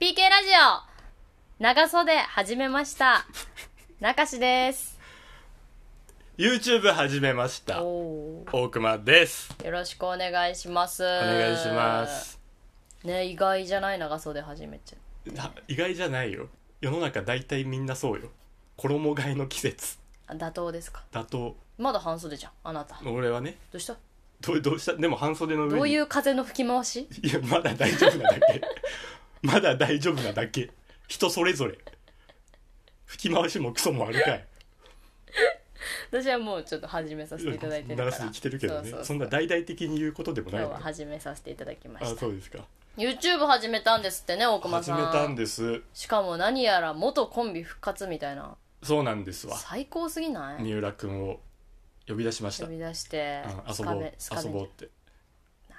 PK ラジオ長袖始めました。中しです。 YouTube 始めましたお大熊ですーよろしくお願いします。おお願いしま。すね、意外じゃない長袖始めちゃな意外じゃないよ世の中大体みんなそうよ衣替えの季節う。妥当ですかだとまだ半袖じゃん、あなた。ど俺はねうしたどうどうしたでも半袖の上にどういう風の吹き回しいやまだ大丈夫なだけ まだ大丈夫なだけ人それぞれ吹き回しもクソもあるかい私はもうちょっと始めさせていただいてるから。流してきてるけどねそそうそうそんな大々的に言うことでもな今い日のは始めさせていただきまあしたそうですか YouTube 始めたんですってね大熊始さんめたんですしかも何やら元コンビ復活みたいなそうなんですわ最高すぎない三浦君を呼び出しました呼び出してうんス遊ぼカうベスカベ遊ぼうって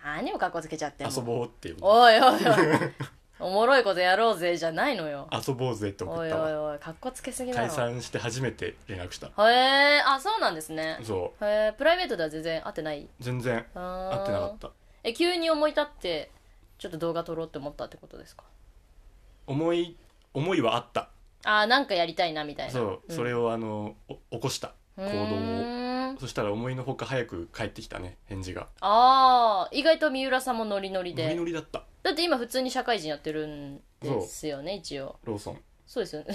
何をかっこつけちゃってんの遊ぼうって呼んでおいおい おいおもろいことやろうぜじゃないのよ遊ぼうぜって送おっいたおいわおいかっこつけすぎだ解ろへ散して初めて連絡したえあそうなんですねそへえプライベートでは全然会ってないう全然会会ってなかったえ急に思い立ってちょっと動画撮ろうって思ったってことですか思い思いはあったあーなんかやりたいなみたいなそうそれをあのお起こした行動うをーんそしたら思いのほか早く帰ってきたね返事がああ意外と三浦さんもノリノリでノリノリだっただって今普通に社会人やってるんですよね一応ローソンそうですよね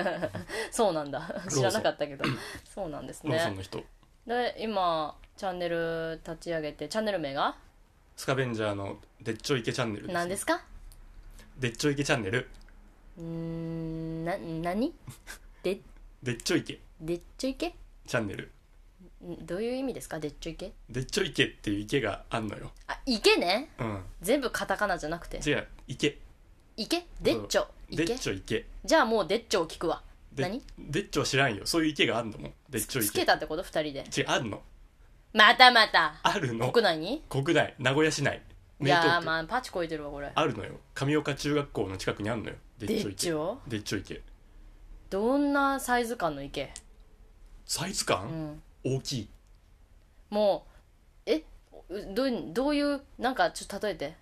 そうなんだーソン知らなかったけどそうなんですローソンねの人で今チャンネル立ち上げてチャンネル名がスカベンジャーのでっちょイケチャンネル何ですかでっちょイケチャンネルうーんな何ででっちょイケでっちょいけチャンネルんどういう意味ですかでっちょいけでっちょイケっていう池があんのよあいけねうん全部カタカナじゃなくて違う池いけでっちょいでけっちょイケじゃあもうでっちょを聞くわで何でっちょは知らんよそういう池があんのもんでっちょイつケけたってこと二人で違うあんのまたまたあるの国内に国内名古屋市内い名や東ー区、まあパチ超えてるわこれあるのよ神岡中学校の近くにあるのよででっち池ょでっちょ池どんなサイズ感の池サイズう感、ん大きいもうえうどうどういうなんかちょっと例えて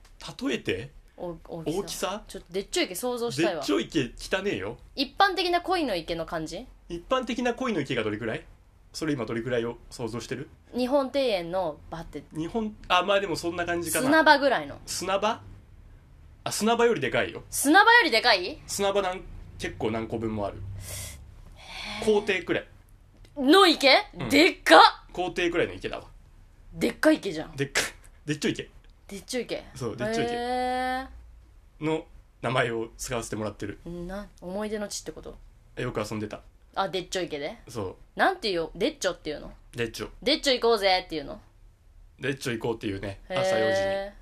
例えてお大きさ大きさちょっとでっちょ池想像しでたいっわちょ池汚ねえよ一般的な恋の池の感じ一般的な鯉の池がどれくらいそれ今どれくらいを想像してる日本庭園のバって日本あまあでもそんな感じかな砂場ぐらいの砂場あ砂場よりでかいよ砂場よりでかい砂場なん結構何個分もある校庭くらいの池、んでっか校庭くらいの池だわでっかい池じゃんでっかいでっちょ池でっちょ池そうでっちょ池への名前を使わせてもらってるーな思い出の地ってことよく遊んでたあでっちょ池でそなんていうでっちょっていうのうでっちょでっちょ行こうぜっていうのでっちょ行こうっていうねへー朝4時に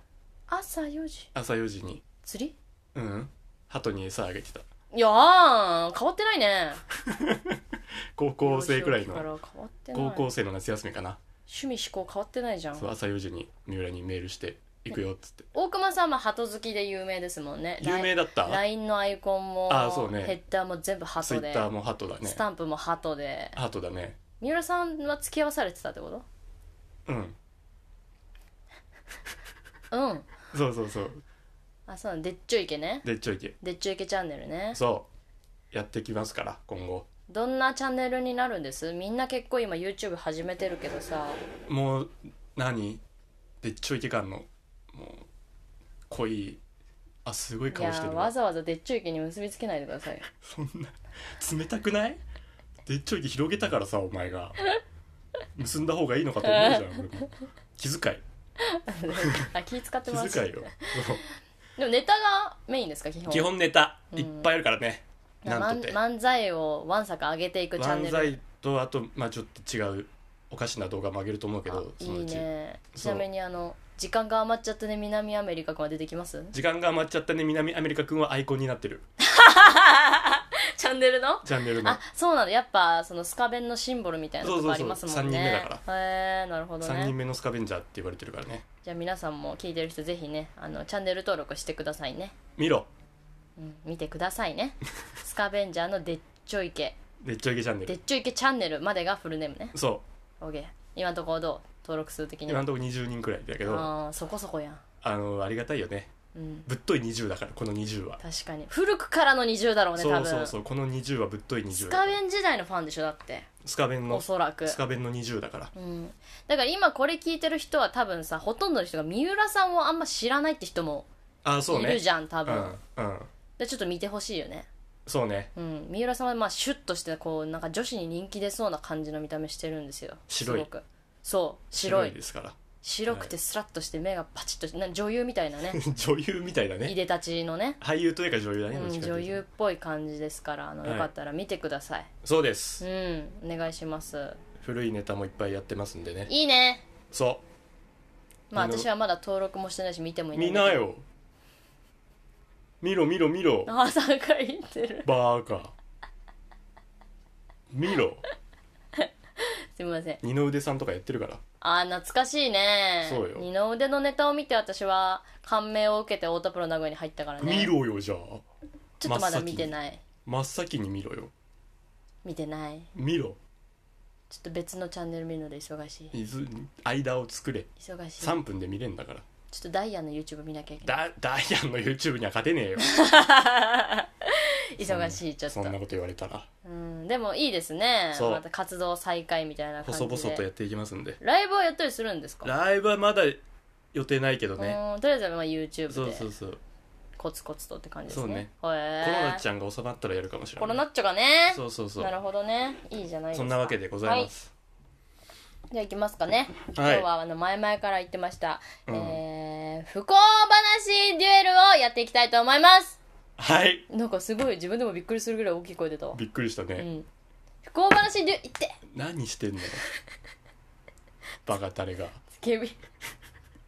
朝4時朝4時に釣りうん鳩に餌あげてたいやー変わってないね高校生くらい幼少期のら変わってない高校生の夏休みかな趣味嗜好変わってないじゃんそう朝4時に三浦にメールして行くよっつって大熊さんは鳩好きで有名ですもんね有名だった LINE のアイコンもあそうねヘッダーも全部ツイ鳩でッターも鳩だねスタンプも鳩で鳩だね三浦さんは付き合わされてたってこうんとうんそうそうそうあそうなんでっちょいけねでっちょ池でっちょいけチャンネルねそうやってきますから今後どんなチャンネルになるんですみんな結構今 YouTube 始めてるけどさもう何でっちょ池感のもう濃いあすごいい顔やしてるわわざわざでっちょいけに結びつけないでください よそんな冷たくないでっちょい広げたからさお前が結んだ方がいいのかと思うじゃん俺も気遣いあ気使ってます気遣いよそうでもネタがメインですか基本基本ネタいっぱいあるからね、なんとて漫漫才をわんさか上げていくチャンネ漫ル才とあとまあちょっと違うおかしな動画も上げると思うけどあそのいういちねちそうなみにあの時間が余っちゃってね南アメリカ君は出てきます時間が余っちゃったね南アメリカ君はアイコンになってるチャンネルの チャンネルのあそうなんだやっぱそのスカベンのシンボルみたいなとこありますもんねそうそうそう三人目だらへえなるほど3人ね目のスカベンジャーって言われてるからねじゃあ皆さんも聞いてる人ぜひねあのチャンネル登録してくださいね、見ろうん、見てください ねスカベンジャーのでっちょいけでっちょいけチャンネでっルちょいけチャンネルまでがフルネームねそ OK 今のところどう登録数的うに今のところ20人くらいだけどあーそこそこやんあのありがたいよねうんぶっとい20だからこの20は、確かに古くからの20だろうね多そ分うそうそうこの20はぶっとい20スだカからベン時代のファンでしょだってスカベンおのそらくスカベンの20だからうん、だから今これ聞いてる人は多分さほとんどの人が三浦さんをあんま知らないって人もああそういねるじゃん、多う分、んうんでちょっと見てほしいよねそうねうん三浦さんはまあシュッとしてこうなんか女子に人気出そうな感じの見た目してるんですよ白いすごくそう白い白ですから くてスラッとして目がパチッとしてな女優みたいな ね女優みたいだいねでたちのね、俳優というか女優だうね、どっん、ちかと女いうと優っぽい感じですからあの、はいよかったら見てくださいそうです、うんお願いします古いネタもいっぱいやってますんでねいいねそまああの私はまだ登録もしてないし見てもういない見んだけどなよ見ろ見ろ見ろあ朝から言ってるバーカ見ろすみません二の腕さんとかやってるからあー懐かしいねそうよ二の腕のネタを見て私は感銘を受けて太田プロ名古屋に入ったからね見ろよじゃちあょっとまだ見てない真っ先に見ろよ見てない見ろちょっと別のチャンネル見るので忙しいいず間を作れ忙しいちょ3分で見れんだからっとダイヤの YouTube 見なきゃいけないだダイアンの YouTube には勝てね えよ忙しいちょっそとんなこと言われたらうんでもいいですねそうまた活動再開みたいな感じ細で々とやっていきますんでライブはやったりするんですかライブはまだ予定ないけどねうんとりあえずはまあ YouTube でそうそうそうコツコツとって感じですそうねねへえコロナちゃんが収まったらやるかもしれコロなナいっちょがねそうそうそうなるほどねいいじゃないですかそんなわけでございま、すはい、じゃあ行きますかね、はい今日はあの前々から言ってました、うんえー、不幸話デュエルをやっていきたいと思いますはいなんかすごい自分でもびっくりするぐらい大きい声出たわびっくりしたうねん不幸話デュエルいって何してんのバカ誰が警備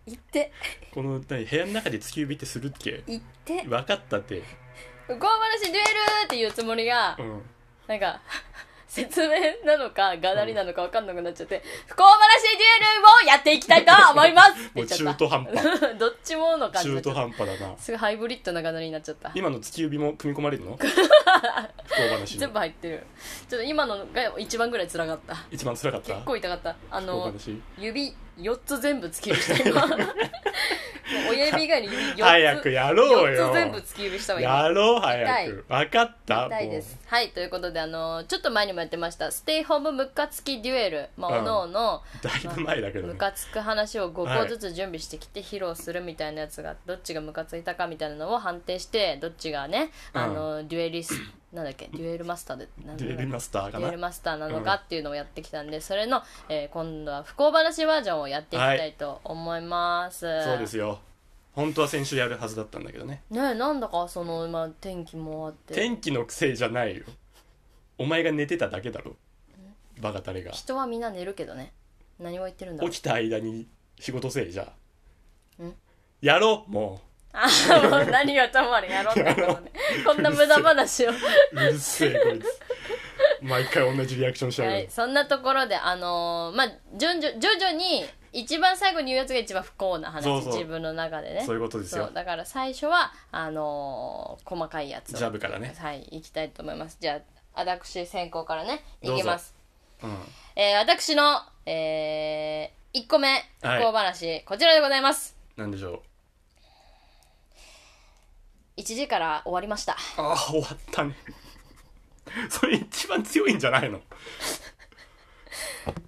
いってこの何部屋の中で突き指ってするっけいって分かったって不幸話デュエルっていうつもりがうんなんか説明なのかがなりなのか分かんなくなっちゃって、不幸話デュエルをやっていきたいと思いますって も言うっちゃった中途半 端どっちもの感じにな中っちゃ途った半端だなすごいハイブリッドながなりになっちゃった今の突き指も組み込まれる の不幸話に全部入ってるちょっと今のが一番ぐらい辛かった一番辛かった結構痛かったあ不幸の話指4つ全部突き指した今もう 親指以外に指4つ早くやろう4よつ全部突き指したわ今やろう痛早いく分かった痛いですはいということであのちょっと前にもやってましたステイホームムカつきデュエルまあうおんのおのもうだいぶ前だけどムねカつく話を5は個いずつ準備してきて披露するみたいなやつがどっちがムカついたかみたいなのを判定してどっちがねあのデュエリスなんだっけデュエルマスターでなんだデュエルマスターデュかエなルマスターなのかっていうのをやってきたんで、それの、えー今度は不幸話バージョンをやっていきたいと思います、そうですよ本当は先週やるはずだったんだけどねねえなんだかその今天気もあって天気のせいじゃないよお前が寝てただけだろバカタレが人はみんな寝るけどね何を言ってるんだろ起うきた間に仕事せいじゃあんやろうもあーもう何がともあれやろうって ことねこんな無駄話をううるせえこいつ毎回同じリアクションしちゃうよ、はい、そんなところで、あのーまあ、順々徐々に、一番最後に言うやつが一番不幸な話、そうそう自分の中でね。そういうことですよそうだから最初は、あのー細かいやつを。ジャブからねはい、いきたいと思います。じゃあ、私先行からね、いどうぞきます。うん、えー、私の、えー、1個目、不はい幸話、こちらでございます。なんでしょう1時から終わりました。ああ終わったね それ一番強いんじ ゃないの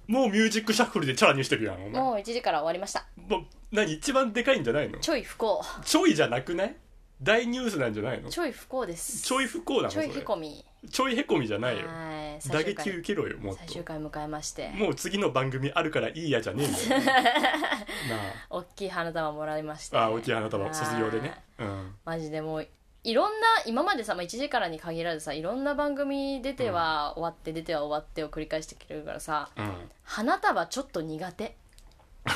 もうミュージックシャッフルでチャラにしてるやんお前もう1時から終わりました。もう何一番でかいんじゃないのちょい不幸。ちょいじゃなくない大ニュースなんじゃないのちょい不幸です。ちょい不幸なのちそょれいへこみ。ちょいへこみじゃないよはい、打最終撃回受。けろよもっ最終と回迎えまして。もう次の番組あるからいいやじゃねえん だよ大きい花束もらいましてなああ大きい花束卒業でねあうんーマジでもういろんな今までさ、まあ、1時からに限らずさいろんな番組出ては終わって、出ては終わってを繰り返してくれるからさうん花束ちょっと苦手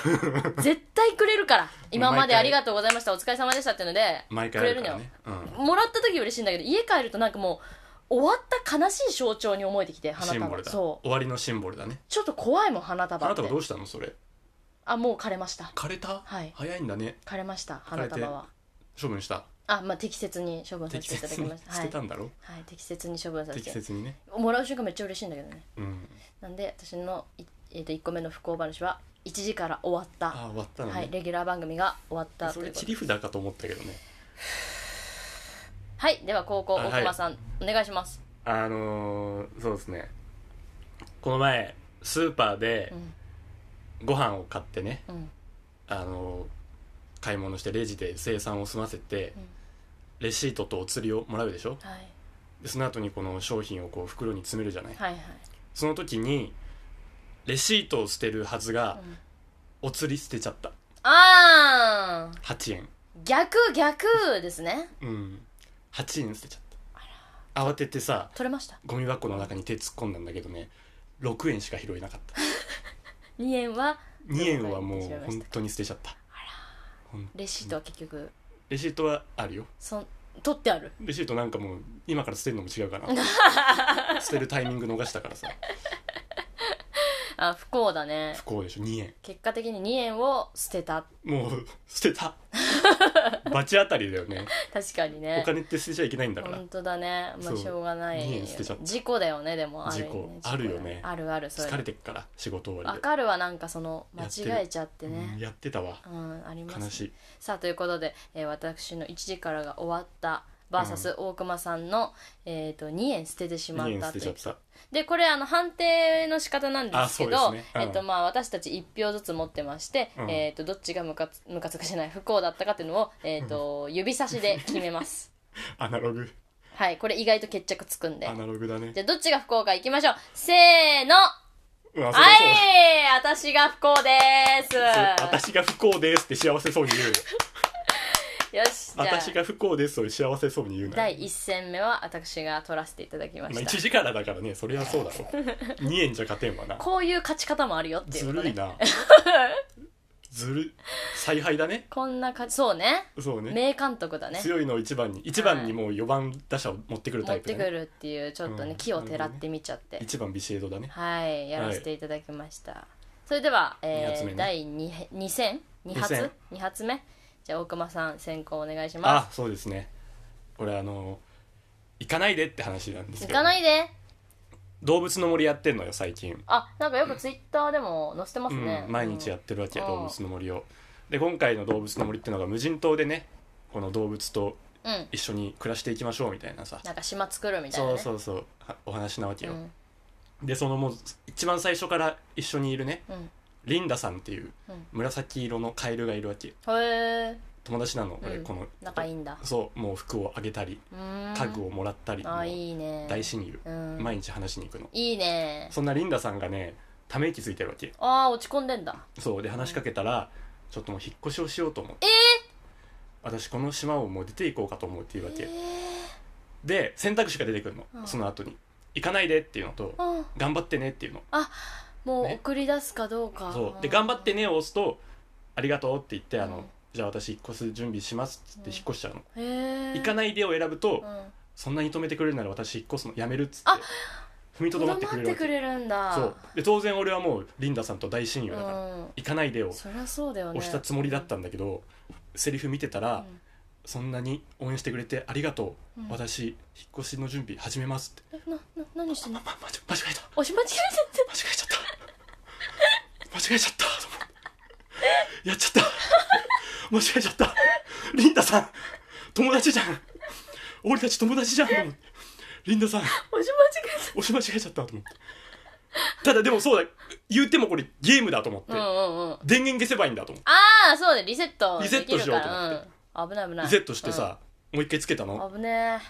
絶対くれるから今までありがとうございましたお疲れ様でしたっていうので毎く回あれるるかのらよ、ねうんもらった時嬉しいんだけど家帰るとなんかもう終わった悲しい象徴に思えてきて花シンボ束ルだそ終うわりのシンボルだねちょっと怖いもん花束っ花て束どうしたのそれあもう枯れました枯れたはい早いんだね枯れました枯花れて束は処分したあまあ適切に処分させ適ていただき切にました捨てたんだろはい、はい、適切に処分させ適て切にねもらう瞬間めっちゃ嬉しいんだけどねうんなんで私の、いえー、と1個目の不幸話は1時から終わった、あ終わったのね、はい、レギュラー番組が終わったとそいれうこと切でり札かと思ったけどねはいでは高校あ大熊さん、お願いしますあのーそうですねこの前スーパーでご飯を買ってね、うんあのー買い物してレジで生産を済ませて、うんレシートとお釣りをもらうでしょはいでその後にこの商品をこう袋に詰めるじゃない、はいはいその時にレシートを捨てるはずが、うんお釣り捨てちゃったあー8円逆逆ですねうん8円捨てちゃった慌ててさ取れましたゴミ箱の中に手突っ込んだんだけどね6円しか拾えなかった2円は2円はもうどこかに行ってしまいました本当に捨てちゃったほんレシートは結局レシートはあるよそん取ってあるレシートなんかもう今から捨てるのも違うかな 捨てるタイミング逃したからさあ不幸だね不幸でしょ2円結果的に2円を捨てたもう捨てた 罰当たりだよね確かにおね金って捨てちゃいけないんだから本当だねまそあうしょうがない2円捨てちゃった事故だよねでも事意味故ねだあるよねあるあるそういう疲のれてっから仕事終わわりかるわなんかその間やってる違えちゃってでうねんやってたわうんありますね悲しいさあということで、えー私の1時からが終わったバーサス大熊さんの、えー、と2円捨ててしまっ2円た捨ってていちうゃったでこれあの判定の仕方なんですけあそどうですねうんえっとまあ私たち1票ずつ持ってまして、うんえっとどっちがムカつムカつかしない不幸だったかっていうのを、えっと指差しで決めます アナログはいこれ意外と決着つくんでアナログだねじゃあどっちが不幸かいきましょうせーのうわそはりゃそういだ私が不幸です私が不幸ですって幸せそう に言う。よしじゃ私あが不幸ですを幸せそうに言うなよ。第1戦目は私が取らせていただきままあ、し1た時からだからね、そりゃそうだろ。2 円じゃ勝てんわな。こういう勝ち方もあるよっていずうことるいねな。ずるい、采配だね。こんな勝ちそうねそうね。名監督だね強いのを1番に、1番にもう4番打者を持ってくる持タっイプてだねく。るっていうちょっとね、うん木をてらってみちゃって、 1番ビシエドだね。はいやらせていただきました、それでは、え二発ー目ね第 2, 2戦2二戦発二発目じゃあ大熊さん先行お願いしまあ、そうですね。これあの、行かないでって話なんですすけ行ど。かないで動物の森やってんのよ、最近。あなんかよくツイッターでも載せてますね、うん、毎日やっってるわけ、うん動物の森をで今回の「動物の森」っていうのが無人島でねこの動物とうん、うん、一緒に暮らしていきましょうみたいなさなんか島作るみたいな、そね、うそうそうはお話なわけよ、うんでそのもう一番最初から一緒にいるねうんリンダさんっていううん紫色のカエルがいるわけへえ友達なの俺、うんこの仲いいんだそうもう服をあげたりうーん家具をもらったり、もあういいね大親友、うん毎日話しに行くのいいねそんなリンダさんがねため息ついてるわけあー落ち込んでんだそうで話しかけたらちょっともう引っ越しをしようと思って、私この島をもう出ていこうかと思うっていうわけ、で選択肢が出てくるの、うんその後に行かないでっていうのとうん頑張ってねっていうのもうね送り出すかどうか、そうでん頑張ってねを押すとありがとうって言ってあの、うんじゃあ私引っ越す準備しますっつってうん引っ越しちゃうの、へえ行かないでを選ぶと、うんそんなに止めてくれるなら私引っ越すのやめるっつってあ踏みとどまってとくどまれっるてくわけれるんだそうで当然俺はもうリンダさんと大親友だから、ん、行かないでをそりゃそうだよね押したつもりだったんだけど、セリフ見てたら、そんなに応援してくれてありがとう、うん私引っ越しの準備始めますって、うん、なな何してんのま、ま、間違えたおし間違えちゃっ間違えち ゃった間違えちゃったと思ってやっちゃった間違えちゃったリンダさん友達じゃん俺たち友達じゃんと思ってリンダさんたおし間違えち押し間違えちゃったと思ってただでもそうだ言ってもこれゲームだと思って、ゃったうんうんうん電源消せばいいんだと思ってああそうだリセットリセットしよできるうと思ってからうん、危ない危ないリセットしてさ、もう一回つけたうのん、危ね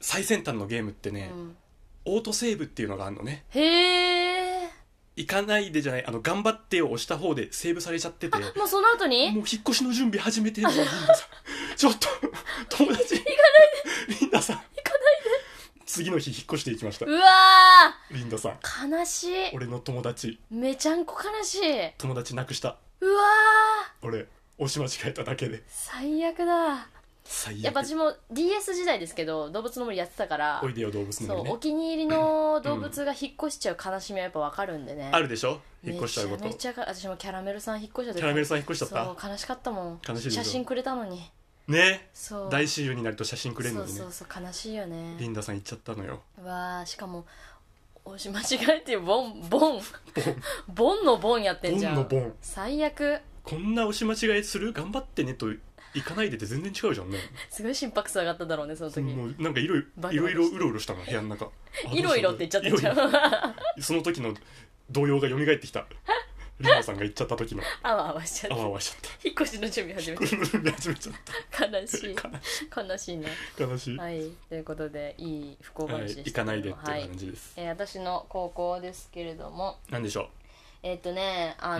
最先端のゲームってね、え、うん、オートセーブっていうのがあるのねへえ行かないでじゃないあの頑張ってを押した方でセーブされちゃっててもうもうその後に引っ越しの準備始めて んのリンダさんちょっと友達行かないでリンダさん行かないで次の日引っ越していきましたうわリンダさんー悲しい俺の友達めちゃんこ悲しい友達なくしたうわー俺押し間違えただけで最悪だ最悪やっぱ私も DS 時代ですけど動物の森やってたからおいでよ動物のそ森うおね気に入りの動物が引っ越しちゃう悲しみはやっぱ分かるんでねあるでしょ引っ越しちゃうことめちゃめちゃ私もキャラメルさん引っ越しちゃってキャラメルさん引っ越しちゃったそう悲しかったもん悲しいでしょ写真くれたのにねそう大親友になると写真くれるのにねそうそうそう悲しいよリねンダさん行っちゃったのようわーしかも押し間違えてボンボンボンのボンやってんじゃんボンのボン最悪こんな押し間違えする頑張ってねといかないでって全然違うじゃんねすごい心拍数上がっただろうねその時もうなんかいろいろバいタバろタいしてろうろうろしたの部屋の中あいろいろって言っちゃったじゃんいろいろその時の動揺が蘇って きたリナさんが言っちゃった時のあわあわしちゃあったわあわしちゃ引っ越しの準備 始めちゃっった始めちゃった悲しいた悲しいね悲しい、ははいということでいい不幸い話でした行かないでってはいうい感じです、えー私の高校ですけれどもなんでしょえっ、とねあ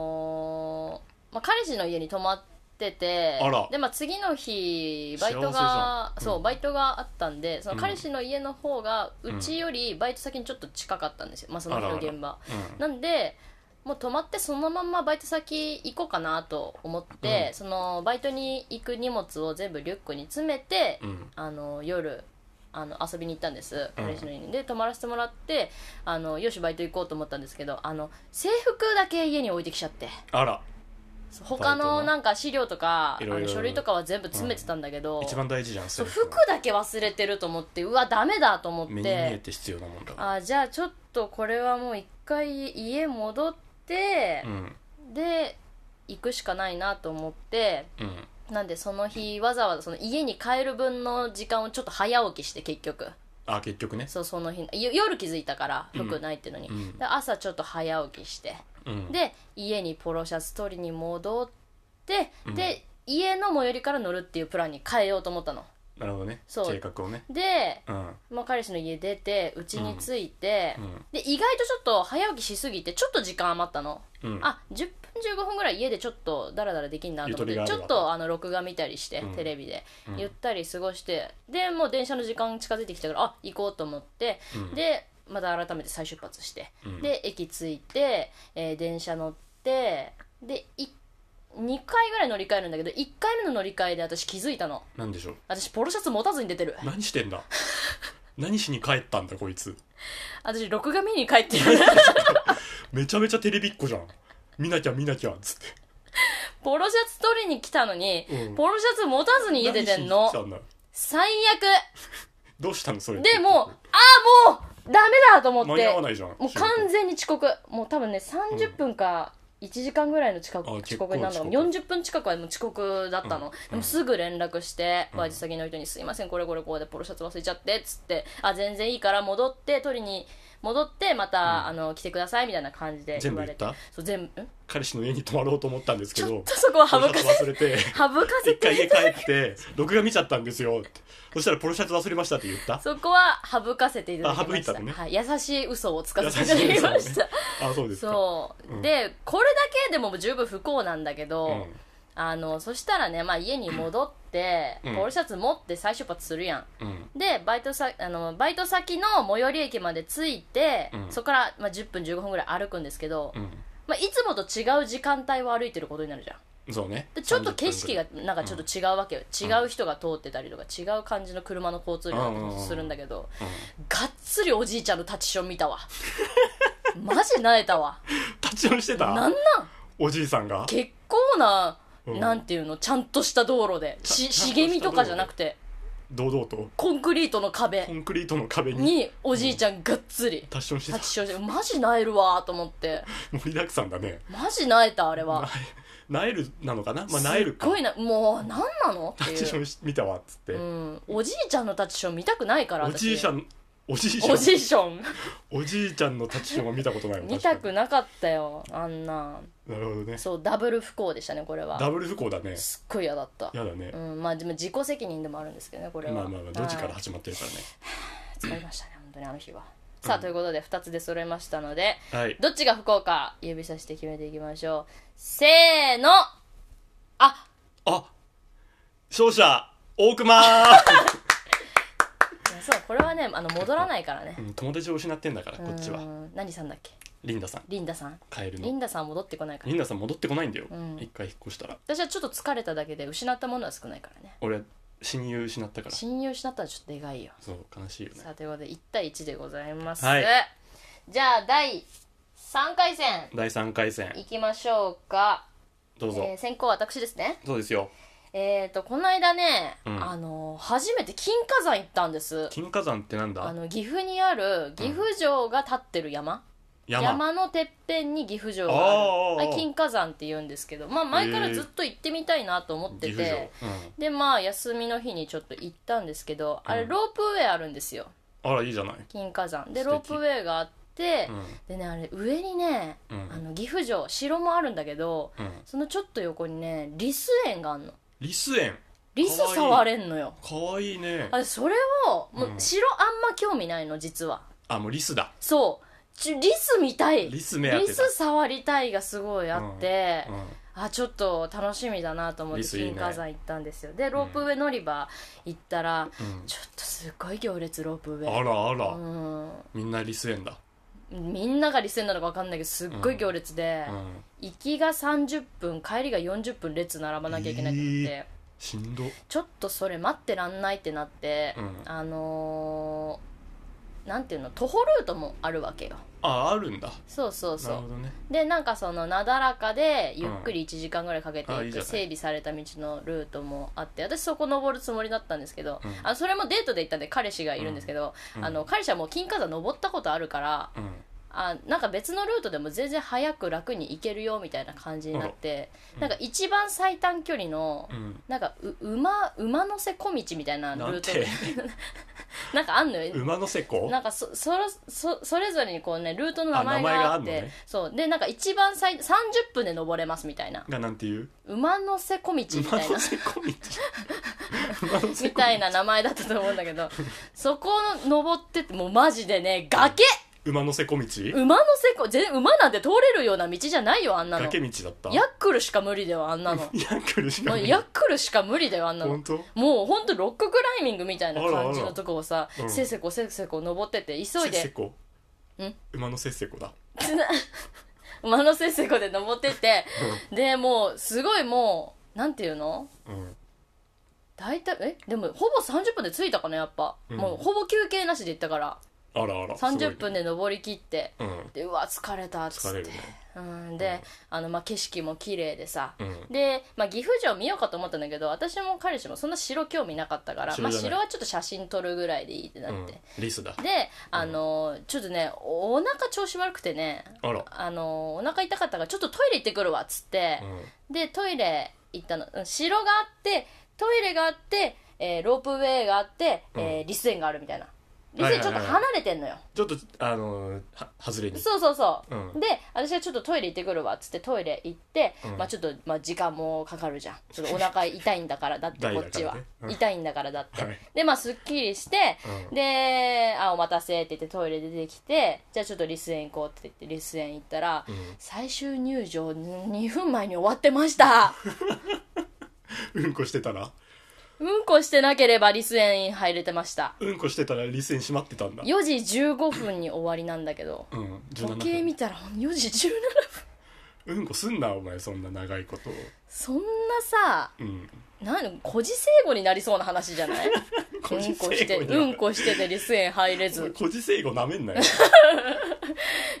のーまあ、彼氏の家に泊まっててあらで、まあ、次の日バイト幸せじゃが、んうんそうバイトがあったんでそのうん彼氏の家の方がううんちよりバイト先にちょっと近かったんですよ、まあ、その日あらのあら現場う、なんでもう泊まってそのままバイト先行こうかなと思って、うんそのバイトに行く荷物を全部リュックに詰めて、うんうんあの夜あの遊びに行ったんです彼氏の家に、で泊まらせてもらってあのよしバイト行こうと思ったんですけどあの制服だけ家に置いてきちゃってあらそう他バイトののなんか資料とかあいろいろの書類とかは全部詰めてたんだけど、一番大事じゃんそう制服服だけ忘れてると思ってうわダメだと思っ目に見えてて必要なもんだからあじゃあちょっとこれはもう一回家戻ってう、んで行くしかないなと思ってうんなんでその日わざわざその家に帰る分の時間をちょっと早起きして結局あ結局ねそうその日のよ夜気づいたから服ないっていうのに、うんで朝ちょっと早起きしてうんで家にポロシャツ取りに戻って、うんで家の最寄りから乗るっていうプランに変えようと思ったのなるほどねそう計画をねで、うんまあ、彼氏の家出てうちに着いて、うんで意外とちょっと早起きしすぎてちょっと時間余ったの、うんあ10分15分ぐらい家でちょっとダラダラできんなと思っゆとりがあてれちばょっとあの録画見たりして、うんテレビで、うんゆったり過ごしてでもう電車の時間近づいてきたからあ行こうと思って、うんでまた改めて再出発して、うんで駅着いて、えー電車乗ってでい2回ぐらい乗り換えるんだけど1回目の乗り換えで私気づいたのなんでしょう私ポロシャツ持たずに出てる何してんだ何しに帰ったんだこいつ私録画見に帰 ってるめちゃめちゃテレビっ子じゃん見なきゃ見なきゃっつってポロシャツ取りに来たのに、うんポロシャツ持たずに家出てん何のしに来たんだ最どうしたのそれ悪でもうああもうダメだと思って間に合わないじゃんもう完全に遅刻もう多分ね30分か1時間ぐらいの近く、あ遅結構刻になるのが遅刻40分近くはもう遅刻だったの、でもすぐ連絡してバイト先の人に「すいませんこれこれこうでポロシャツ忘れちゃって」っつって「あ全然いいから戻って取りに戻ってまた、あの来てください」みたいな感じで言われて全部言っそう全部ん彼氏の家に泊まろうと思ったんですけちょっどとそこは省ポロかシャせツ忘れて省かせ一て回家帰って録画見ちゃったんですよってそしたらポロシャツ忘れましたって言ったそこは省かせていただきましあ省いたたのねはい、優しい嘘をつかせていただきま優しいし嘘た、をあそうですかそう、うんでこれだけでも十分不幸なんだけど、うんあのそしたらね、まあ、家に戻って、うんポロシャツ持って再出発するやんうんでバイトさあのバイト先の最寄り駅まで着いて、うんそこから、まあ、10分15分ぐらい歩くんですけど、うんまあ、いつもと違う時間帯を歩いてることになるじゃんそうねでちょっと景色がなんかちょっと違うわけよ、違う人が通ってたりとか違う感じの車の交通量うんうだんうんとするんだけど、うんがっつりおじいちゃんのタッチション見たわ マジなえたわ立ち寄りしてなんなたんおじいさんが結構な、うんなんていうのちゃんとした道路でしちゃんとした茂みとかじゃなくて堂々とコンクリートのコ壁ンクリートの壁ににおじいちゃんがっつり立ち寄りしてタッたチションしてマジなえるわと思って盛りだくさんだねマジなえたあれはなナエルなの かなまあナエルすかっごいなもう何なのってタッチシいョう、ンし見たわっつって、うん、おじいちゃんのタッチション見たくないからおじいちゃんんおじいちゃんおじいちゃんおじいちゃんのタッチションは見たことないもん見た確かくなかったよあんなになるほどねそうダブル不幸でしたねこれはダブル不幸だねすっごい嫌だったやだねう、んまあでも自己責任でもあるんですけどねこれはまあまあまあドジからはい始まってるからね疲れましたね本当にあの日はさあということで2つで揃えましたのではいどっちが不幸か指さして決めていきましょうせーのああ勝者大熊 ーそうこれはねあの戻らないからねうん友達を失ってんだからこっちうはん何さんだっけリンダさんリンダさんカエルリのンダさん戻ってこないからリンダさん戻ってこないんだよん一回引っ越したら私はちょっと疲れただけで失ったものは少ないからね俺親友失ったから親友失ったらちょっとでかいよそう悲しいよねさあということで1対1でございます、はいじゃあ第3回戦第3回戦いきましょうか、どうえぞー先行は私ですねそうですよええっ、とこの間ね、うんあの初めて金華山行ったんです金華山ってなんあだの岐阜にある岐阜城が立ってる山、山山のてっぺんに岐阜城があるあーあれ金華山って言うんですけどまあ前からずっと行ってみたいなと思って岐て、阜城、うん、でまあ休みの日にちょっと行ったんですけどあうれんロープウェイあるんですよあらいいじゃない、金華山で素敵ロープウェイがあって、うでねあれ上にねんうんあの岐阜城城もあるんだけどうん、そのちょっと横にねリス園があんのリス園リス触れんのよかわいいねあれそれをもううん城あんま興味ないの実はあもうリスだそうちリス見たいリリス目当てだス触りたいがすごいあって、うんあちょっと楽しみだなと思っリてスいいね金華山行ったんですよでロープウェイ乗り場行ったら、うんちょっとすごい行列ロープウェあイらあら、うんみんなリス園だ、みんながリセンなのか分かんないけどすっごい行列で、うん、行きが30分帰りが40分列並ばなきゃいけないってなって、えしんどちょっとそれ待ってらんないってなって、うんあのーなんていうの徒歩ルートもあるわけよああるんだそうそうなるそほどねうでなんかそのなだらかでゆっくり1時間ぐらいかけてあいいいじゃくない整備された道のルートもあって私そこ登るつもりだったんですけど、うんあそれもデートで行ったんで彼氏がいるんですけど、うんあの彼氏はもう金華山登ったことあるからうんあなんか別のルートでも全然早く楽に行けるよみたいな感じになって、うんなんか一番最短距離の、うんなんかう馬馬乗せ小道みたいなルなーんトて なんかあんのよ馬のせこなんかそそろそそれぞれにこうねルートの名前がああ名前っがあてんのねそうでなんか一番最30分で登れますみたいながなんていう馬乗せ小道みた馬いなのせ こみ馬のせみこたいな名前だったと思うんだけどそこの登ってってもうマジでね崖馬のせこ道馬のせこ全然馬なんて通れるような道じゃないよあんなの崖道だったヤックルしか無理だよあん なのヤックルしかまあないヤックルしか無理だよあんなの本当もうほんとロッククライミングみたいな感じあらあのらとこをさうんせっせこせっせこ登ってって急せいっせでこうん馬のせっせこだ馬のせっせこで登ってってでもうすごいもうなんていうのうん大体えでもほぼ30分で着いたかなやっぱ、うんもうほぼ休憩なしで行ったからあらあら30分でで登りきってうんでうわ疲れたっつっ疲てれるねうんで、あのまあ、景色も綺麗でさ、うんで、まあ、岐阜城見ようかと思ったんだけど私も彼氏もそんな城興味なかったから城まあ、じゃない城はちょっと写真撮るぐらいでいいってなうんって、リスだであのーちょっとねおお腹調子悪くてねあらあのーお腹痛かったからちょっとトイレ行ってくるわっつってう、んでトイレ行ったのうん城があってトイレがあって、えーロープウェイがあって、えーリス園があるみたいなリス園ちょっと離れてんのよ、ちょっとあのーは外れにそうそうそう、うんで私がちょっとトイレ行ってくるわっつってトイレ行って、うんまあちょっと、まあ、時間もかかるじゃんちょっとお腹痛いんだからだって痛いこっだからねちは、うん痛いんだからだって、はいでまあすっきりして、うんで「あお待たせ」って言ってトイレ出てきてじゃあちょっとリス園行こうって言ってリス園行ったら、うん最終入場2分前に終わってま したうんこしてたらうんこしてなければリス園入れてましたうんこしてたらリス園閉まってたんだ4時15分に終わりなんだけどうん17時計分見たら4時17分うんこすんなお前そんな長いことそんなさうんなん孤児生後になりそうな話じゃ ない個うん人こして生後うんこしててリス園入れず個人生後なめ んなよ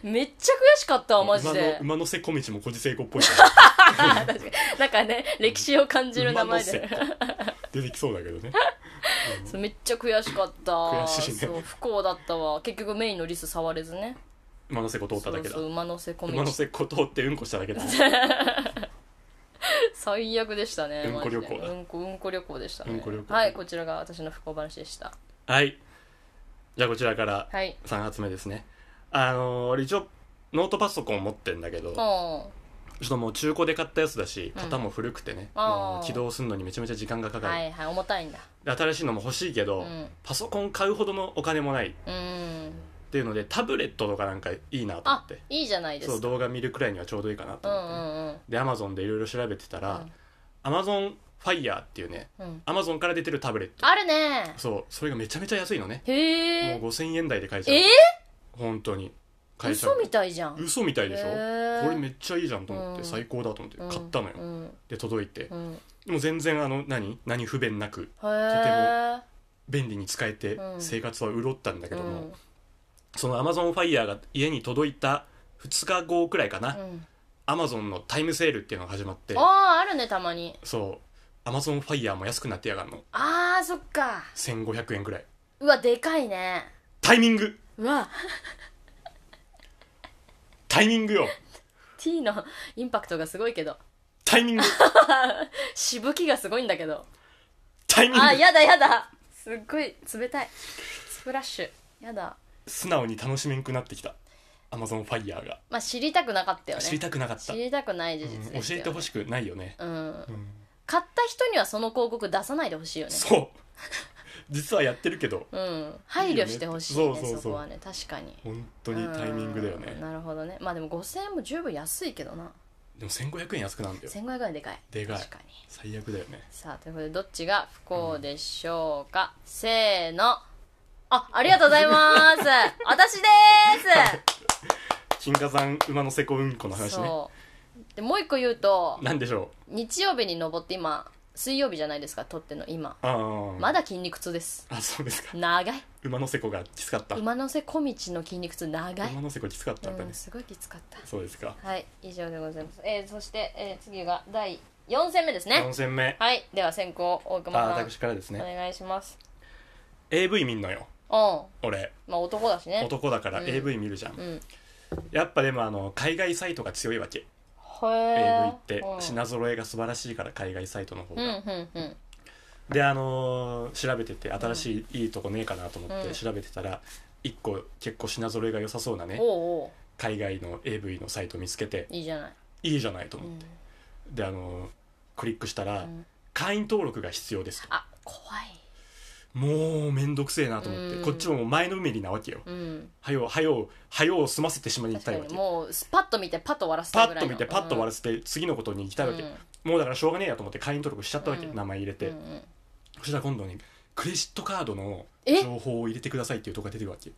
めっちゃ悔しかったわマジで馬の馬のせこ道も個人生後っぽいか なんかね歴史を感じらる名前馬でのせ出てきそうだけどねそうめっちゃ悔しかった悔しいねそう不幸だったわ結局メインのリス触れずね馬のせこ通っただけだそうそう馬のせ込馬のみせこ通ってうんこしただけだ最悪でしたねうんこ旅行マジでだうんこうんこ旅行でしたねうんこ旅行はいこちらが私の不幸話でしたはいじゃあこちらからはい3発目ですねあのー俺一応ノートパソコン持ってんだけどうんあちょっともう中古で買ったやつだしうん型も古くてね、あーもう起動するのにめちゃめちゃ時間がかかる、はいはい重たいんだで新しいのも欲しいけど、うんパソコン買うほどのお金もないっうんていうのでタブレットとかなんかいいなと思っあていいじゃないでそうすか動画見るくらいにはちょうどいいかなとうんう思ってね、んうんでアマゾンでいろいろ調べてたうらんアマゾンファイヤーっていうねうんアマゾンから出てるタブレットあるねそうそれがめちゃめちゃ安いのねへもえう5000円台で買えちゃうえ本当にー、買えちゃ嘘うみたいじゃん嘘みたいでしょへーこれめっちゃいいじゃんと思っうてん最高だと思って買ったのようんうんで届いてうん、へでも全然あの何何不便なくえ便利に使えてうん生活は潤ったんだけうども、んそのアマゾンファイヤーが家に届いた2日後くらいかな、うんアマゾンのタイムセールっていうのが始まってあああるねたまにそうアマゾンファイヤーも安くなってやがんのあーそっか1500円ぐらいうわでかいねタイミングうわタイミングよ T のインパクトがすごいけどタ イミングしぶきがすごいんだけどタイミンあーグやだやだすっごい冷たいスプラッシュやだ素直に楽しめんくなってきたアマゾンファイヤーがまあ知りたくなかったよね知りたくなかった、知りたくない事う実んで教すえよてほしくないよね、うんうん買った人にはその広告出さないでほしいよねそう 実はやってるけどうん配慮してほしいねいいよねそうそうそうそこはね確かに本当にタイミングだようんねなるほどねまあでも5000円も十分安いけどなでも1500円安くなんだよ1500円でかいでかい確かに最悪だよねさあということでどっちが不幸でしょうか、せーのあありがとうござい ます私で金華山馬のせこうんこーのす話ねそうでもう一個言うとなんでしょ日曜日に登って今水曜日じゃないですか撮ってんの今うああまだ筋肉痛ですあそうですか長い馬のせこがきつかった馬のせ小道の筋肉痛長い馬のせこきつかったやっぱうねん、すごいきつかったそうですかはい以上でございます、えー、そして、えー、次が第4戦目ですね4戦目はいでは先行大あ熊さん、私からですおね願いします AV 見んのようん俺まあ男だしね男だからうん AV 見るじゃんうんへやっぱでもあの海外サイトが強いわけえ AV ってうん、品揃えが素晴らしいから海外サイトの方うんうがんうんであのー調べてて新しいいいとこねえかなと思っうんて調べてたら1個結構品揃えが良さそうなねおうお海外の AV のサイト見つけてういいじゃない、いいじゃないとう思っんてであのークリックしたらうん会員登録が必要ですとあ怖いもうめんどくせえなと思ってうんこっちももう前のめりなわけようんはようはようはよう済ませてしまいに行き確たかにいわけもうパッと見てパッと終わらせパたぐッらといの見てパッと終わらせせて次のことに行きたいわけうんもうだからしょうがねえやと思って会員登録しちゃったわけうん名前入れうんてうんそしたら今度にクレジットカードのえ情報を入れてくださいっていうとこが出てくるわけ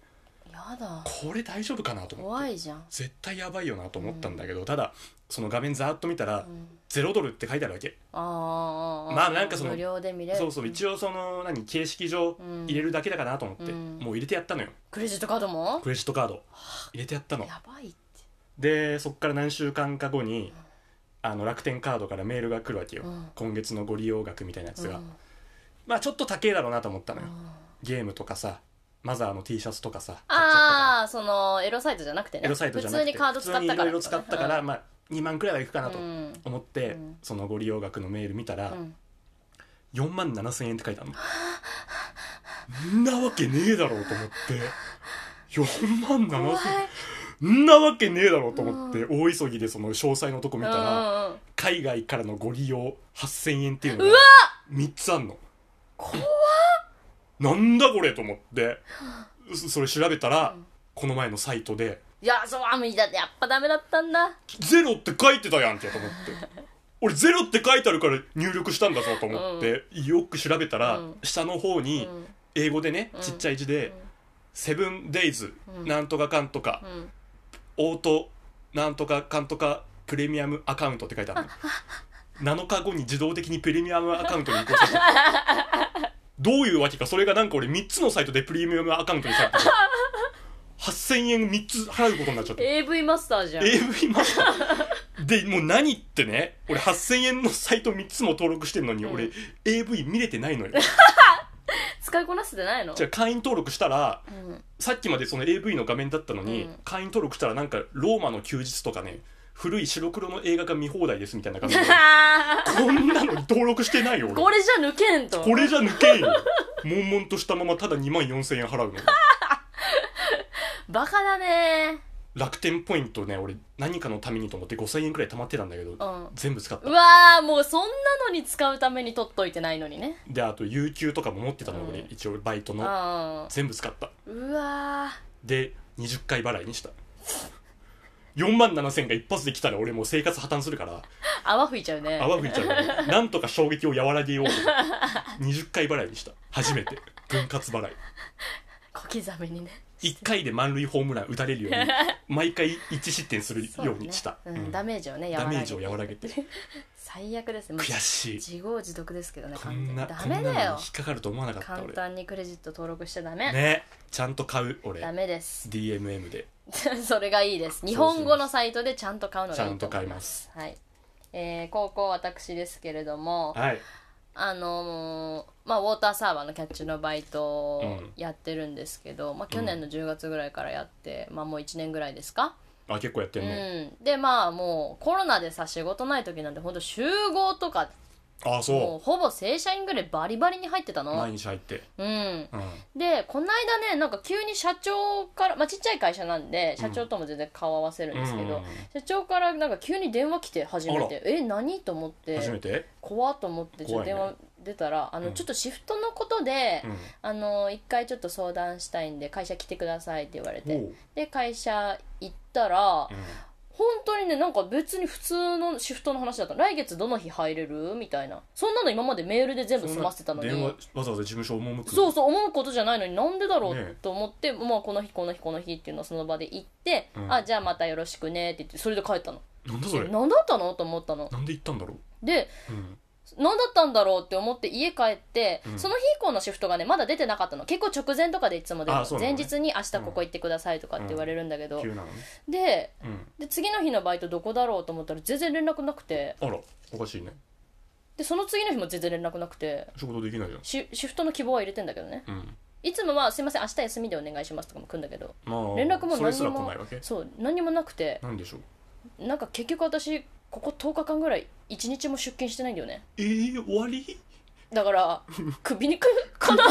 やだこれ大丈夫かなと思っ怖ていじゃん、絶対やばいよなと思ったんだけどただその画面ざーっと見たらうん、 0ドルって書いてあるわけあーーーまあなんかその無料で見れるそうそう一応その何形式上うん入れるだけだかなと思ってうんもう入れてやったのよクレジットカードもクレジットカード入れてやったのやばいってでそっから何週間か後にあの楽天カードからメールが来るわけよ、うん今月のご利用額みたいなやつが、うんまあちょっと高えだろうなと思ったのよ、うんゲームとかさマザーの T シャツとかさ買っちゃったかああそのエロサイトじゃなくてらねエロサイトじゃなく普通てにカード使ったから普通にいろいろ使ったから、まあ2万くらいはいくかなうとん思って、うんそのご利用額のメール見たら、うん4万7千円って書いてあるのんなわけねえだろうと思って4万怖い7千円んなわけねえだろうと思って、大急ぎでその詳細のとこ見たら、うんうん海外からのご利用8000円っていうのうがわ3つあんの怖なんだこれと思ってそそれ調べたら、この前のサイトでいやそうあもうだってやっぱダメだったんだ「ゼロって書いてたやんけ」と思って俺ゼロって書いてあるから入力したんだぞと思って、よく調べたら、うん下の方うにん英語でね、うんちっちゃい字で「セブンデイズうんなんとかかんとか、うんオートなんとかかんとかプレミアムアカウントって書い てあるの7日後に自動的にプレミアムアカウントに移行したどういうわけかそれがなんか俺3つのサイトでプレミアムアカウントにされてる8000円3つ払うことになっちゃって AV マスターじゃん AV マスターでもう何ってね俺8000円のサイト3つも登録してんのに俺、うん AV 見れてないのよ使いこなせてないのじゃあ会員登録したらうんさっきまでその AV の画面だったのに、うん会員登録したらなんかローマの休日とかね古い白黒の映画が見放題ですみたいな感じでこんなの登録してないよ俺 これじゃ抜けんとこれじゃ抜けんよ悶々としたままただ2万4000円払うのバカだね楽天ポイントね俺何かのためにと思って5000円くらい貯まってたんだけど、うん全部使っうたわーもうそんなのに使うために取っといてないのにねであと有給とかも持ってたの俺、うん一応バイトうのん全部使ったうわで20回払いにした4万7000が一発で来たら俺もう生活破綻するからー泡吹いちゃうね泡吹いちゃうからなんとか衝撃を和らげようと思って20回払いにした初めて分割 払い小刻みにね1回で満塁ホームラン打たれるように毎回1失点するようにしたそうねううんん、ダメージをねダ和らメげーてジを和らげて最悪ですねもう悔しい自業自得ですけどねこ完全んになダこんなメのにだ引よっかかると思わなかった簡俺単にクレジット登録しちゃダメ、ねちゃんと買う俺ダメです DMM で それがいいです日本語のサイトでちゃんと買うのちがいゃいんとと思買いいまますすはいえー、高校私ですけれどもはいあのまあ、ウォーターサーバーのキャッチのバイトをやってるんですけど、まあ、去年の10月ぐらいからやって、まあ、もう1年ぐらいですか、あ結構やってんね、うん、でまあもうコロナでさ仕事ない時なんて本当集合とかああもうそほぼ正社員ぐらいバリバリに入ってたうの毎日入ってうんうんでこの間ねなんか急に社長から、まあ、ちっちゃい会社なんで社長とも全然顔合わせるんですけど、うん社長からなんか急に電話来て初めて「え何?」と思って初めて、怖っと思ってちょっと怖いね電話出たら、あのうんちょっとシフトのことで、うんあの一回ちょっと相談したいんで会社来てくださいって言われおてうで会社行ったら、う本当にねなんか別に普通のシフトの話だった来月どの日入れるみたいなそんなの今までメールで全部ん済ませてたのにそんな電話わざわざ事務所を赴くそうそう思うことじゃないのになんでだろねえうと思って、まあ、この日この日この日っていうのをその場で行って、うんあじゃあまたよろしくねって言ってそれで帰ったのなんだそれ何だったのと思ったのなんで行ったんだろでう、うん、何だったんだろうって思って家帰って、うんその日以降のシフトがねまだ出てなかったの結構直前とかでいつも出るあその、うなの前ね日に明日ここ行ってくださいとかって言われるんだけど、急なのねでうんで次の日のバイトどこだろうと思ったら全然連絡なくてあらおかしいねでその次の日も全然連絡なくて仕事できないじシシフトの希望は入れてんだけどねゃんうんいつもは「すいません明日休みでお願いします」とかも来るんだけどまあ連絡もそれ何すにら来もないわけそう何にもなくてなんでしょうなんか結局私ここ10日間ぐらい1日も出勤してないんだよねえー、終わりだ から首にくかな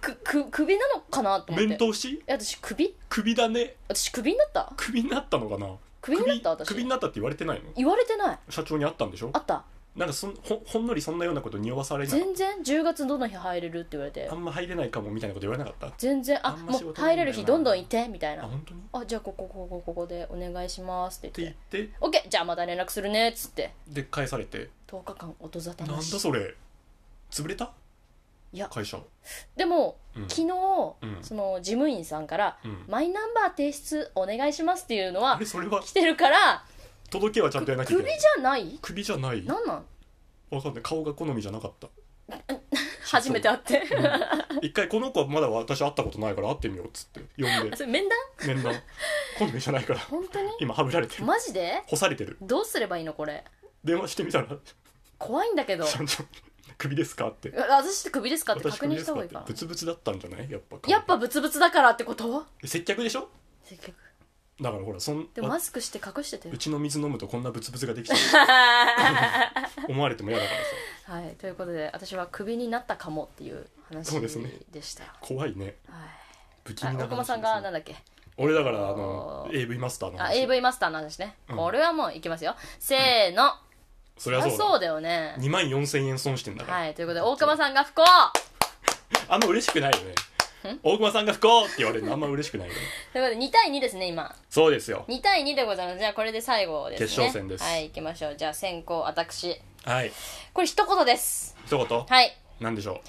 くく首なのかなと思って面通しえ私首首だね私首になった首になったのかな首になった私首になったって言われてないの言われてない社長に会ったんでしょあったなんかそんほほんのりそんなようなこと匂わされない全然10月どの日入れるって言われてあんま入れないかもみたいなこと言われなかっ全然ああんもま仕う事な入いんだよなれる日どんどんいてみたいたあな本当にっあじゃあここここここでお願いしますってて言言っってて「オッケーじゃあまた連絡するね」っつってで返されて10日間音沙汰なんなだしそれ潰れたいや会社でも、うん昨日、うんその事務員さんから、うんマイナンバー提出お願いします」っていうのあはれそれは来てるから届けはちゃんとやらなきゃい首けじないゃない首じゃないなんなんわかんない顔が好みじゃなかった初めて会って一回この子はまだ私会ったことないから会ってみようっつって呼んあ でそれ面談面談好みじゃないから本当に今はぶられてるマジで干されてるどうすればいいのこれ電話してみたら怖いんだけど社長首ですかってあ私って首ですかって私確首認でしすたか方がいいってかなブツブツだったんじゃないやっぱやっぱブツブツだからってこと接客でしょせっかくだからほらそんでもマスクして隠しててうちの水飲むとこんなブツブツができちゃは う思われても嫌だからさいということで私はクビになったかもっていう話そうですねでした怖いねはい不気は味い、な大駒話さんがなんだっけ俺だからあのあー AV マスターのあ話 AV マスターの話ね、うんこれはもういきますよせーの、そりゃあそうそだうだよね2万4000円損してんだから、はいということで大熊さんが不幸あんま嬉しくないよね大熊さんが不幸って言われるのあんま嬉しくないよねということで2対2ですね今そうですよ2対2でございますじゃあこれで最後ですね決勝戦ですはい行きましょうじゃあ先行私はいこれ一言です一言はい何でしょ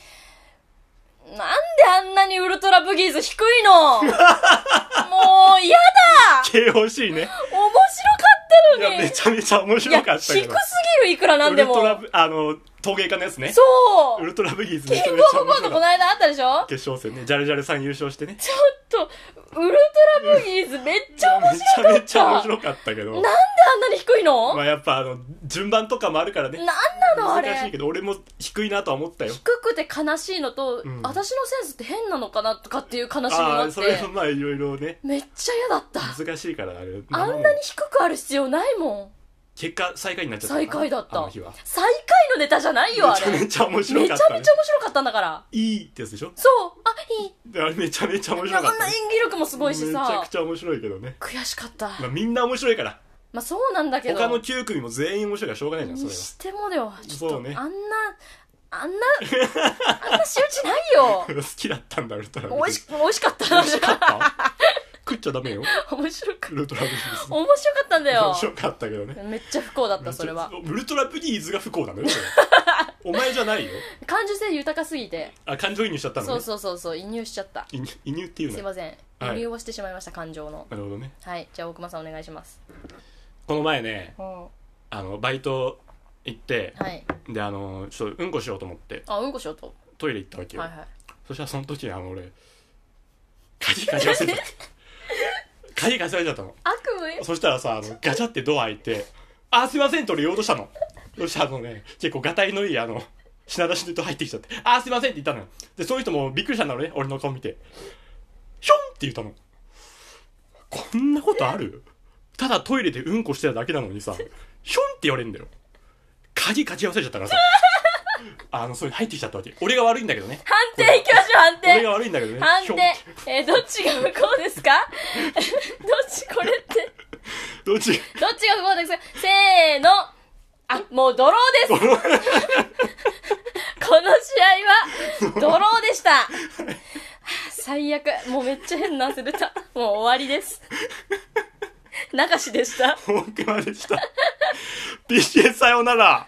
なんであんなにウルトラブギーズ低い のもう嫌だう KOC ね面白かっいたやのにめちゃめちゃ面白かったいやけ低どすぎるいくらなんでもウルトラブあの陶芸家のやつねそうウルトラブギーズキめちゃンめグちゃオブコ面ント白こかのった間あったでしょ決勝戦ねジャルジャルさん優勝してねちょっと、ウルトラブギーズめっちゃ面めちゃ白かめっちゃ面た。白かったけどなんであんなに低いの、まあやっぱあの順番とかもあるからねなんなのあ難しいれけ。ど俺も低いなとは思ったよ低くて悲しいのと、うん私のセンスって変なのかなとかっていう悲しみがあああっそれては、まあいろいろねめっちゃ嫌だった。難しいからあれあんなに低くある必要ないもん。結果最下位になっちゃった最下位だっあたの日は。最下位のネタじゃないめちよ、あゃれ。めちめゃちゃ面め白ちかゃ面ったね白かったんだから。いいってやつでしょそう、あ、いい。であれめちゃめちゃ面そ白んかなったね演技力もすごいしめちゃさく。ちゃ面白いけどね悔しかった。まあみんな面白いからまあそうなんだけど。他の9組も全員面白いからしょうがないじゃんそにれはしてもだよちょっとそうねあんなあんなあんな仕打ちない よ俺好きだったんだウルトラ美味し美味しかっ美た味しかった食っちゃダメよ面白かっウルトラブギーズた面白かったんだ面 よ白かったけどねめっちゃ不幸だったそれはウルトラブギーズが不幸なの よそれお前じゃないよ感受性豊かすぎてあ感情移入しちゃったのねそうそうそうそう移入しちゃった移入移入っていうすいのませんは移い入をしてしまいました感情のなるほどねはいじゃあ大熊さんお願いしますこの前ねはあのバイト行って、いであのちょっとうんこしようと思ってあうんこしようとトイレ行ったわけよ、はいはいそしたらその時にあの俺鍵貸し忘れちゃった鍵貸し忘れちゃったの 悪夢そしたらさあのガチャってドア開いて「あすいません」って俺言おうとしたのそしたらあのね結構がたいのいいあの品出しの人入ってきちゃって、あーすいませんって言ったのよ。で、そういう人もびっくりしたんだろうね、俺の顔見て。ひょんって言ったの。こんなことあるただトイレでうんこしてただけなのにさ、ひょんって言われるんだよ。鍵かけ忘れちゃったからさ。あの、それ入ってきちゃったわけ。俺が悪いんだけどね。判定行きましょう、判俺定が悪いんだけどね。判ひょん定えーどっちが不幸ですか どっちこれって。どっちどっちが不幸ですかせーのあ、もうドローですこの試合は、ドローでしたはあ最悪。もうめっちゃ変な汗出た。もう終わりです。中しでした。本熊でした。PCS さようなら。